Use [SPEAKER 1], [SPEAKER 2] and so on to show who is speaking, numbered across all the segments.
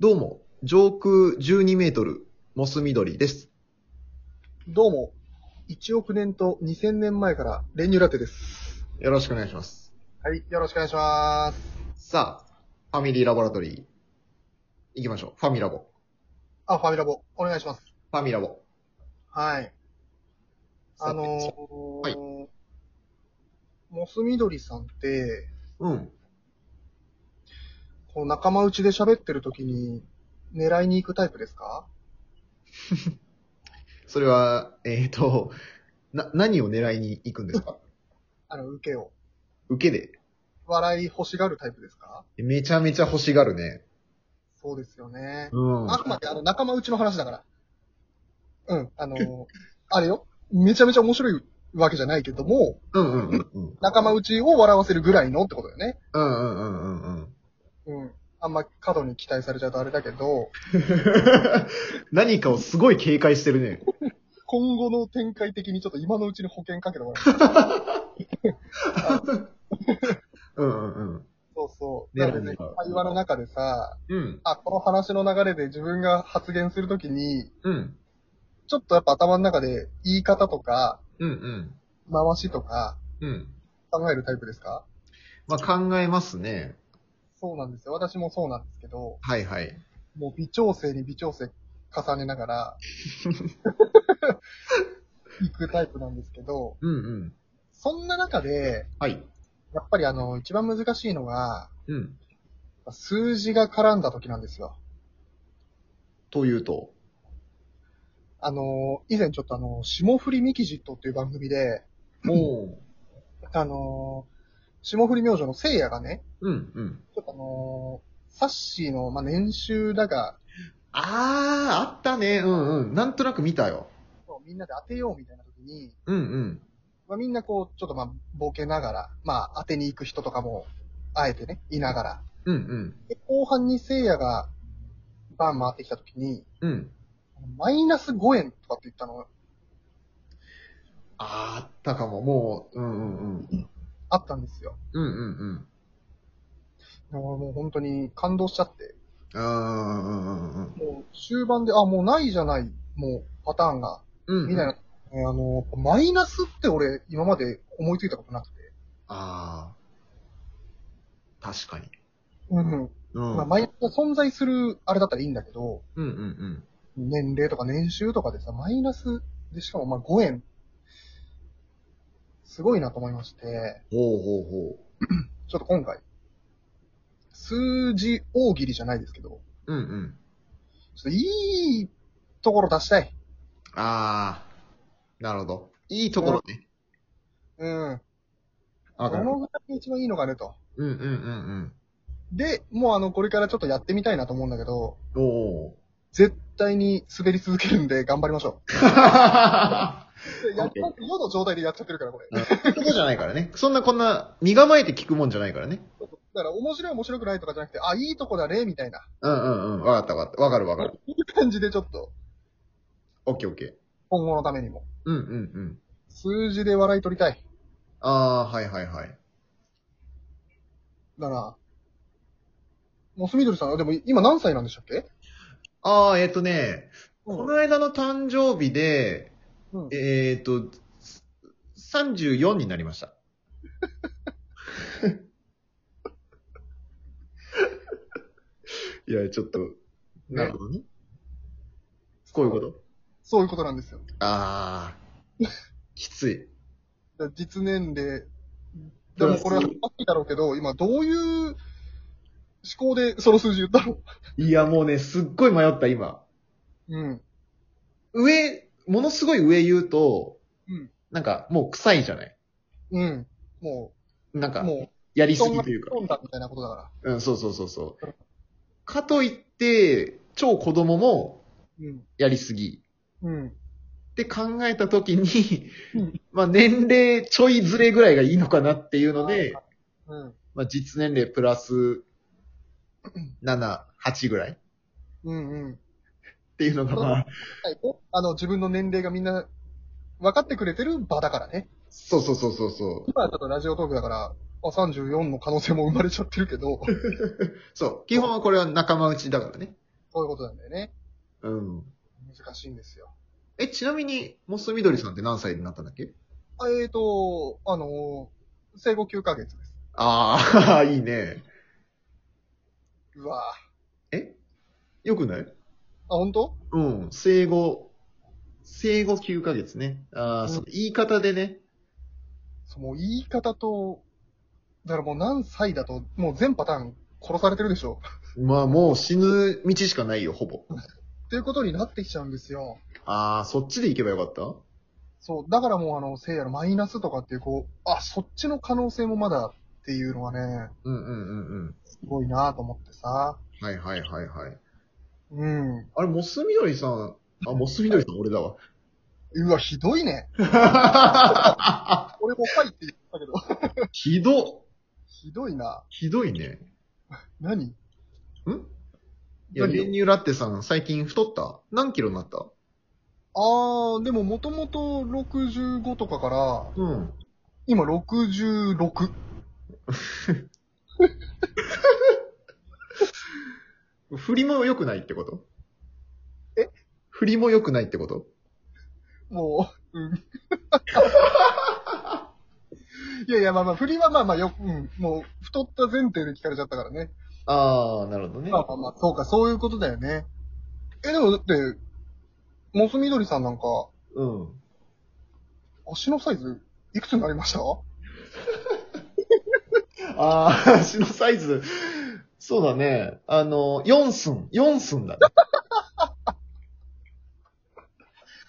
[SPEAKER 1] どうも、上空12メートル、モス緑です。
[SPEAKER 2] どうも、1億年と2000年前から練乳ラテです。
[SPEAKER 1] よろしくお願いします。
[SPEAKER 2] はい、よろしくお願いします。
[SPEAKER 1] さあ、ファミリーラボラトリー、行きましょう。ファミラボ。
[SPEAKER 2] あ、ファミラボ、お願いします。
[SPEAKER 1] ファミラボ。
[SPEAKER 2] はい。
[SPEAKER 1] さて
[SPEAKER 2] あのー、
[SPEAKER 1] はい
[SPEAKER 2] モスミドリさんって、
[SPEAKER 1] うん。
[SPEAKER 2] こう仲間内で喋ってる時に狙いに行くタイプですか
[SPEAKER 1] それは、えっ、ー、と、な、何を狙いに行くんですか
[SPEAKER 2] あの、受けを。
[SPEAKER 1] 受けで。
[SPEAKER 2] 笑い欲しがるタイプですか
[SPEAKER 1] めちゃめちゃ欲しがるね。
[SPEAKER 2] そうですよね。
[SPEAKER 1] うん。
[SPEAKER 2] あくまであの仲間内の話だから。うん、あのー、 あれよ。めちゃめちゃ面白いわけじゃないけども、
[SPEAKER 1] うんうんうんうん。
[SPEAKER 2] 仲間内を笑わせるぐらいのってことだよね。
[SPEAKER 1] うんうんうんうんうん。
[SPEAKER 2] うん。あんま過度に期待されちゃうとあれだけど、
[SPEAKER 1] 何かをすごい警戒してるね。
[SPEAKER 2] 今後の展開的にちょっと今のうちに保険かけてもらう。
[SPEAKER 1] うんうんうん。
[SPEAKER 2] そうそう。
[SPEAKER 1] ね
[SPEAKER 2] なのでね、会話の中でさ、
[SPEAKER 1] うん。
[SPEAKER 2] あ、この話の流れで自分が発言するときに、
[SPEAKER 1] うん。
[SPEAKER 2] ちょっとやっぱ頭の中で言い方とか、
[SPEAKER 1] うんうん。
[SPEAKER 2] 回しとか
[SPEAKER 1] うん。
[SPEAKER 2] 考えるタイプですか
[SPEAKER 1] まあ、考えますね。
[SPEAKER 2] そうなんですよ。私もそうなんですけど、
[SPEAKER 1] はいはい。
[SPEAKER 2] もう微調整に微調整重ねながら、行くタイプなんですけど、
[SPEAKER 1] うんうん。
[SPEAKER 2] そんな中で、
[SPEAKER 1] はい。
[SPEAKER 2] やっぱりあの、一番難しいのが、
[SPEAKER 1] うん。
[SPEAKER 2] 数字が絡んだ時なんですよ。
[SPEAKER 1] というと。
[SPEAKER 2] あの、以前ちょっとあの、霜降りミキジットっていう番組で、
[SPEAKER 1] おう。
[SPEAKER 2] あの、霜降り明星の聖夜がね、
[SPEAKER 1] うん、うん。
[SPEAKER 2] ちょっとあの、サッシーの、まあ、年収だが、
[SPEAKER 1] あー、あったね。うんうん。なんとなく見たよ。
[SPEAKER 2] みんなで当てようみたいな時に、
[SPEAKER 1] うんうん。
[SPEAKER 2] まあ、みんなこう、ちょっとまあ、ボケながら、まあ、当てに行く人とかも、あえてね、いながら。
[SPEAKER 1] うんうん。
[SPEAKER 2] で後半に聖夜が、バン回ってきた時に、
[SPEAKER 1] うん。
[SPEAKER 2] マイナス5円とかって言ったの
[SPEAKER 1] あー、あったかも。もう、うんうんうん。
[SPEAKER 2] あったんですよ。
[SPEAKER 1] うんうんうん。
[SPEAKER 2] でももう本当に感動しちゃって。
[SPEAKER 1] あー、うんうんうん。
[SPEAKER 2] もう終盤で、あ、もうないじゃない、もうパターンが。
[SPEAKER 1] うんうん
[SPEAKER 2] みたいな。。えーあの、マイナスって俺今まで思いついたことなくて。
[SPEAKER 1] あー。確かに。
[SPEAKER 2] うん。
[SPEAKER 1] うん。
[SPEAKER 2] まあ、マイナスが存在するあれだったらいいんだけど、
[SPEAKER 1] うんうんうん。
[SPEAKER 2] 年齢とか年収とかでさ、マイナスでしかもまあ5円。すごいなと思いまして、
[SPEAKER 1] ほうほうほ
[SPEAKER 2] ちょっと今回、数字大喜利じゃないですけど、
[SPEAKER 1] う。うんうん。
[SPEAKER 2] ちょっといいところ出したい。
[SPEAKER 1] あー。なるほど。いいところね。
[SPEAKER 2] うん。
[SPEAKER 1] あ
[SPEAKER 2] どのぐらいが一番いいのかねと。
[SPEAKER 1] うんうんうんうん。
[SPEAKER 2] で、もうあの、これからちょっとやってみたいなと思うんだけど、
[SPEAKER 1] おー。
[SPEAKER 2] 絶対に滑り続けるんで頑張りましょ。
[SPEAKER 1] そう
[SPEAKER 2] やっぱり世の状態でやっちゃってるから、これ。
[SPEAKER 1] こじゃないからね。そんなこんな、身構えて聞くもんじゃないからね。
[SPEAKER 2] だから、面白い面白くないとかじゃなくて、あ、いいとこだね、みたいな。
[SPEAKER 1] うんうんうん。わかったわかった。わかるわかる。
[SPEAKER 2] 感じでちょっと、
[SPEAKER 1] オッケーオッケー。
[SPEAKER 2] 今後のためにも。
[SPEAKER 1] うんうんうん。
[SPEAKER 2] 数字で笑い取りたい。
[SPEAKER 1] ああ、はいはいはい。
[SPEAKER 2] だから、モスミドリさんは、でも今何歳なんでしたっけ
[SPEAKER 1] ああ、えっ、とね、
[SPEAKER 2] う
[SPEAKER 1] この間の誕生日で、
[SPEAKER 2] うん
[SPEAKER 1] えっ、と、34になりました。いや、ちょっと、なるほどね。こういうこと
[SPEAKER 2] そういうことなんですよ。
[SPEAKER 1] ああ、きつい。
[SPEAKER 2] だから実年齢。でもこれは、はっきりだろうけど、今どういう思考でその数字言ったの
[SPEAKER 1] いや、もうね、すっごい迷った、今。
[SPEAKER 2] うん。
[SPEAKER 1] 上、ものすごい上言うと、
[SPEAKER 2] うん
[SPEAKER 1] なんか、もう臭いじゃない
[SPEAKER 2] うん。も
[SPEAKER 1] なん
[SPEAKER 2] う、
[SPEAKER 1] か、
[SPEAKER 2] もう、
[SPEAKER 1] やりす
[SPEAKER 2] そん
[SPEAKER 1] ぎ
[SPEAKER 2] な
[SPEAKER 1] というか。
[SPEAKER 2] だみたいなことだから。
[SPEAKER 1] うん、そうそうそうそう
[SPEAKER 2] うん。
[SPEAKER 1] かといって、超子供も
[SPEAKER 2] うん。
[SPEAKER 1] やりすぎ。
[SPEAKER 2] うん。
[SPEAKER 1] って考えたときに
[SPEAKER 2] うん、
[SPEAKER 1] まあ年齢ちょいずれぐらいがいいのかなっていうので、
[SPEAKER 2] うん。
[SPEAKER 1] まあ実年齢プラス7、8ぐらいっ
[SPEAKER 2] うんうん。
[SPEAKER 1] ていうのがまあ、
[SPEAKER 2] はいあの、自分の年齢がみんな分かってくれてる場だからね。
[SPEAKER 1] そうそうそうそうそう。
[SPEAKER 2] 今はちょっとラジオトークだから、あ34の可能性も生まれちゃってるけど、
[SPEAKER 1] そう。基本はこれは仲間内だからね。
[SPEAKER 2] そういうことなんだよね。
[SPEAKER 1] うん。
[SPEAKER 2] 難しいんですよ。
[SPEAKER 1] え、ちなみに、モスみどりさんって何歳になったんだっけ
[SPEAKER 2] あえーと、あのー生後9ヶ月です。
[SPEAKER 1] あ あ、いいね。
[SPEAKER 2] うわぁ。
[SPEAKER 1] えよくない
[SPEAKER 2] あ、本当？
[SPEAKER 1] うん。生後、生後9ヶ月ね。ああ、そう、言い方でね。
[SPEAKER 2] その言い方と、だからもう何歳だと、もう全パターン殺されてるでしょ。
[SPEAKER 1] まあもう死ぬ道しかないよ、ほぼ。
[SPEAKER 2] っていうことになってきちゃうんですよ。
[SPEAKER 1] ああ、そっちで行けばよかった
[SPEAKER 2] そう。だからもうあの、聖夜のマイナスとかっていう、こう、あ、そっちの可能性もまだっていうのはね、
[SPEAKER 1] うんうんうんうん。
[SPEAKER 2] すごいなぁと思ってさ。
[SPEAKER 1] はいはいはいはい。
[SPEAKER 2] うん。
[SPEAKER 1] あれ、モスみどりさん、あ、モスみどりさん俺だわ。
[SPEAKER 2] うわ、ひどいね。俺もはいって言ったけど。
[SPEAKER 1] ひど
[SPEAKER 2] ひどいな。
[SPEAKER 1] ひどいね。
[SPEAKER 2] 何
[SPEAKER 1] いや、
[SPEAKER 2] 何よ
[SPEAKER 1] 練乳ラッテさん、最近太った何キロになった
[SPEAKER 2] あー、でももともと65とかから、
[SPEAKER 1] うん。
[SPEAKER 2] 今66。
[SPEAKER 1] 振りも良くないってこと
[SPEAKER 2] え
[SPEAKER 1] 振りも良くないってこと
[SPEAKER 2] もう、うん。 いやいや、まあまあ、振りはまあまあよ、うん、もう、太った前提で聞かれちゃったからね。
[SPEAKER 1] ああ、なるほどね。
[SPEAKER 2] まあまあまあ、そうか、そういうことだよね。え、でもだって、モスみどりさんなんか、
[SPEAKER 1] うん。
[SPEAKER 2] 足のサイズ、いくつになりました
[SPEAKER 1] ああ、足のサイズ。そうだね。あの、4寸。4寸だね。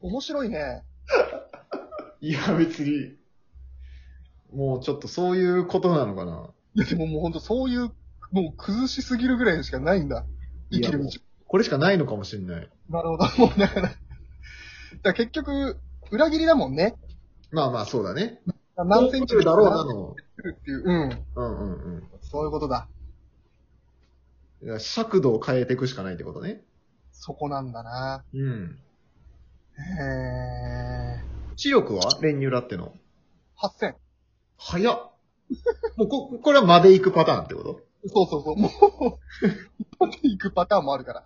[SPEAKER 2] 面白いね。
[SPEAKER 1] いや、別に。もうちょっとそういうことなのかな。
[SPEAKER 2] いや、でももうほんとそういう、もう崩しすぎるぐらいしかないんだ。生きる道。
[SPEAKER 1] これしかないのかもしれない。
[SPEAKER 2] なるほど。もうだから、だから結局、裏切りだもんね。
[SPEAKER 1] まあまあ、そうだね。
[SPEAKER 2] 何センチ
[SPEAKER 1] だろうなの。
[SPEAKER 2] っていう。うん。
[SPEAKER 1] うんうんうん
[SPEAKER 2] そういうことだ。
[SPEAKER 1] いや。尺度を変えていくしかないってことね。
[SPEAKER 2] そこなんだな。
[SPEAKER 1] うん。
[SPEAKER 2] へー。
[SPEAKER 1] 視力は練乳ラっての。
[SPEAKER 2] 8000。
[SPEAKER 1] 早っ。もうこ、これはまで行くパターンってこと
[SPEAKER 2] そうそうそう。もう、持っていくパターンもあるから。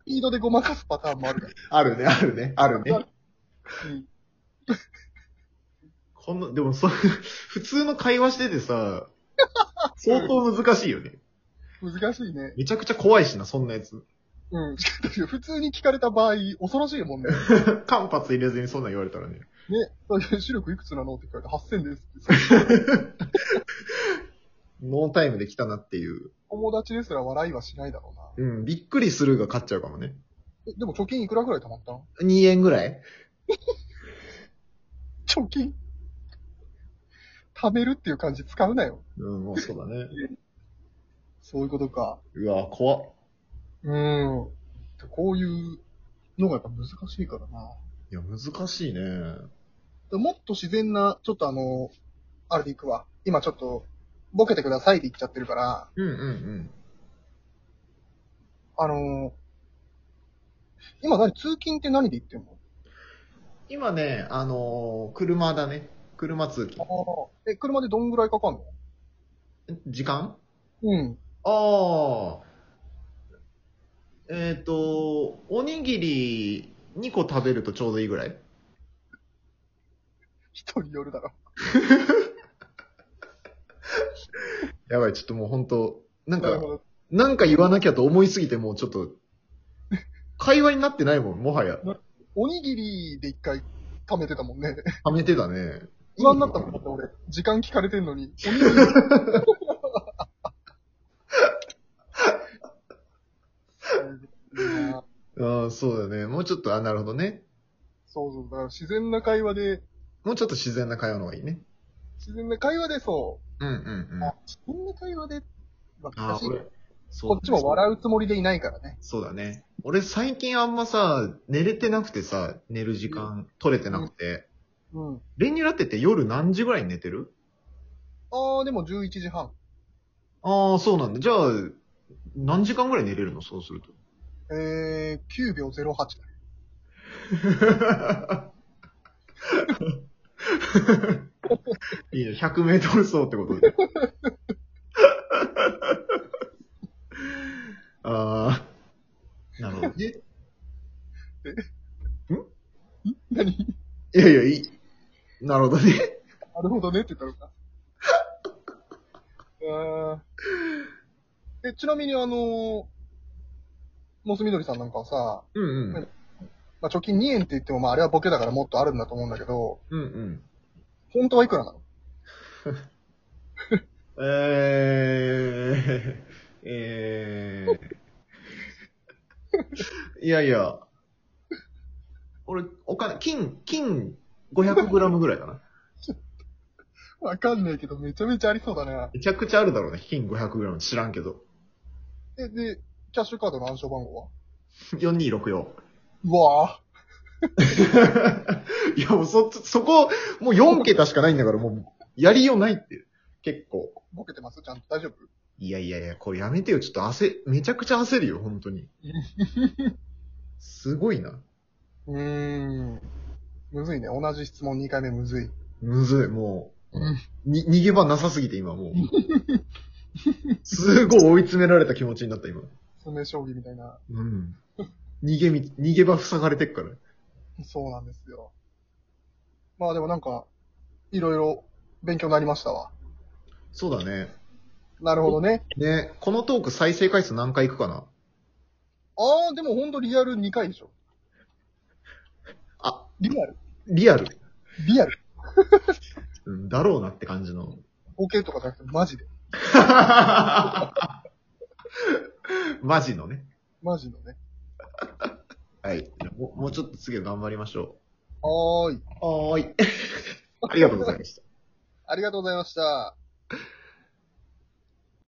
[SPEAKER 2] スピードでごまかすパターンもあるから。
[SPEAKER 1] あるね、あるね、あるね。
[SPEAKER 2] うん。
[SPEAKER 1] こんな、でもそ、 普通の会話してて さ、相当難しいよね。
[SPEAKER 2] 難しいね。
[SPEAKER 1] めちゃくちゃ怖いしな、そんなやつ。
[SPEAKER 2] うん。 普通に聞かれた場合、恐ろしいもんね。
[SPEAKER 1] 間髪入れずにそんなん言われたらね。
[SPEAKER 2] ね。そういう視力いくつなのって聞かれて、8000ですって。
[SPEAKER 1] ノータイムで来たなっていう。
[SPEAKER 2] 友達ですら笑いはしないだろうな。
[SPEAKER 1] うん、びっくりするが勝っちゃうかもね。
[SPEAKER 2] え、でも貯金いくらぐらい貯まったの
[SPEAKER 1] 2円ぐらい
[SPEAKER 2] 貯金貯めるっていう感じ使うなよ。
[SPEAKER 1] うん、もうそうだね。
[SPEAKER 2] そういうことか。
[SPEAKER 1] うわ、怖っ。
[SPEAKER 2] うん。こういうのがやっぱ難しいからな。
[SPEAKER 1] いや、難しいね。
[SPEAKER 2] でもっと自然な、ちょっとあの、あれでいくわ。今ちょっと、ボケてくださいで言っちゃってるから、
[SPEAKER 1] うんうん
[SPEAKER 2] あの、今何通勤って何で言ってんの
[SPEAKER 1] 今ね、あのー車だね。車通勤。
[SPEAKER 2] ああ。え、車でどんぐらいかかんの
[SPEAKER 1] 時間
[SPEAKER 2] うん。
[SPEAKER 1] ああ。えっ、と、おにぎり2個食べるとちょうどいいぐらい
[SPEAKER 2] 人によるだろ。
[SPEAKER 1] やばい、ちょっともう本当なん
[SPEAKER 2] なる
[SPEAKER 1] か、
[SPEAKER 2] ほど。
[SPEAKER 1] なんか言わなきゃと思いすぎて、もうちょっと、会話になってないもん、もはや。
[SPEAKER 2] おにぎりで一回貯めてたもんね。
[SPEAKER 1] はめてた ね。
[SPEAKER 2] 不安になったもんだって俺。時間聞かれてんのに。おにぎり うん
[SPEAKER 1] ああ、そうだね。もうちょっと、あ、なるほどね。
[SPEAKER 2] そうそう。だから自然な会話で、
[SPEAKER 1] もうちょっと自然な会話の方がいいね。
[SPEAKER 2] 自然な会話でそ
[SPEAKER 1] うんうん
[SPEAKER 2] う。
[SPEAKER 1] うん。
[SPEAKER 2] あ自然な会話で、まあ
[SPEAKER 1] あ
[SPEAKER 2] 難しいね、
[SPEAKER 1] そう
[SPEAKER 2] こっちも笑うつもりでいないからね。
[SPEAKER 1] そうだね。俺最近あんまさ、寝れてなくてさ、寝る時間取れてなくて。
[SPEAKER 2] うん。
[SPEAKER 1] 練乳ラテって夜何時ぐらいに寝てる
[SPEAKER 2] ああ、でも11時半。
[SPEAKER 1] ああ、そうなんだ。じゃあ、何時間ぐらい寝れるのそうすると。
[SPEAKER 2] えー、9秒08だ。
[SPEAKER 1] いいね、100メートル走ってこと で。ああ、うんで
[SPEAKER 2] 何
[SPEAKER 1] いやいや、いい。なるほどね。
[SPEAKER 2] なるほどねって言ったのか。 あーえ、ちなみにあのー、モスみどりさんなんかはさ、
[SPEAKER 1] うんうん。
[SPEAKER 2] まあ、貯金2円って言っても、まあ、あれはボケだからもっとあるんだと思うんだけど、
[SPEAKER 1] うんうん。
[SPEAKER 2] 本当はいくらなの
[SPEAKER 1] えー、えー。い やいや。俺、お金、金、金500グラムぐらいかな。
[SPEAKER 2] わかんねえけど、めちゃめちゃありそうだね。
[SPEAKER 1] めちゃくちゃあるだろうね、金500グラム。知らんけど。
[SPEAKER 2] え、で、キャッシュカードの暗証番号は
[SPEAKER 1] 4264。
[SPEAKER 2] うわ
[SPEAKER 1] いや、もうそ、そこ、もう4桁しかないんだから、もう、やりようないって。結構。
[SPEAKER 2] ぁ、ボケてますちゃんと大丈夫
[SPEAKER 1] いやいやいや、これやめてよ。ちょっと焦、めちゃくちゃ焦るよ、本当に。すごいな。
[SPEAKER 2] うーん。むずいね。同じ質問2回目むずい。
[SPEAKER 1] むずい、もう
[SPEAKER 2] うん。
[SPEAKER 1] に、逃げ場なさすぎて、今、 もう。すごい追い詰められた気持ちになった、今。
[SPEAKER 2] 詰将棋みたいな。
[SPEAKER 1] うん。逃げみ、逃げ場塞がれてっから。
[SPEAKER 2] そうなんですよ。まあでもなんか、いろいろ勉強になりましたわ。
[SPEAKER 1] そうだね。
[SPEAKER 2] なるほどね。
[SPEAKER 1] ね、このトーク再生回数何回いくかな
[SPEAKER 2] あー、でもほんとリアル2回でしょ。
[SPEAKER 1] あ、
[SPEAKER 2] リアル
[SPEAKER 1] リアル。
[SPEAKER 2] リアル
[SPEAKER 1] うん、だろうなって感じの。
[SPEAKER 2] ボケとかじゃなくて、マジで。
[SPEAKER 1] マジのね。
[SPEAKER 2] マジのね。
[SPEAKER 1] はい。もうもうちょっと次は頑張りましょ
[SPEAKER 2] はーい。
[SPEAKER 1] う。はーい。ありがとうございました。
[SPEAKER 2] ありがとうございました。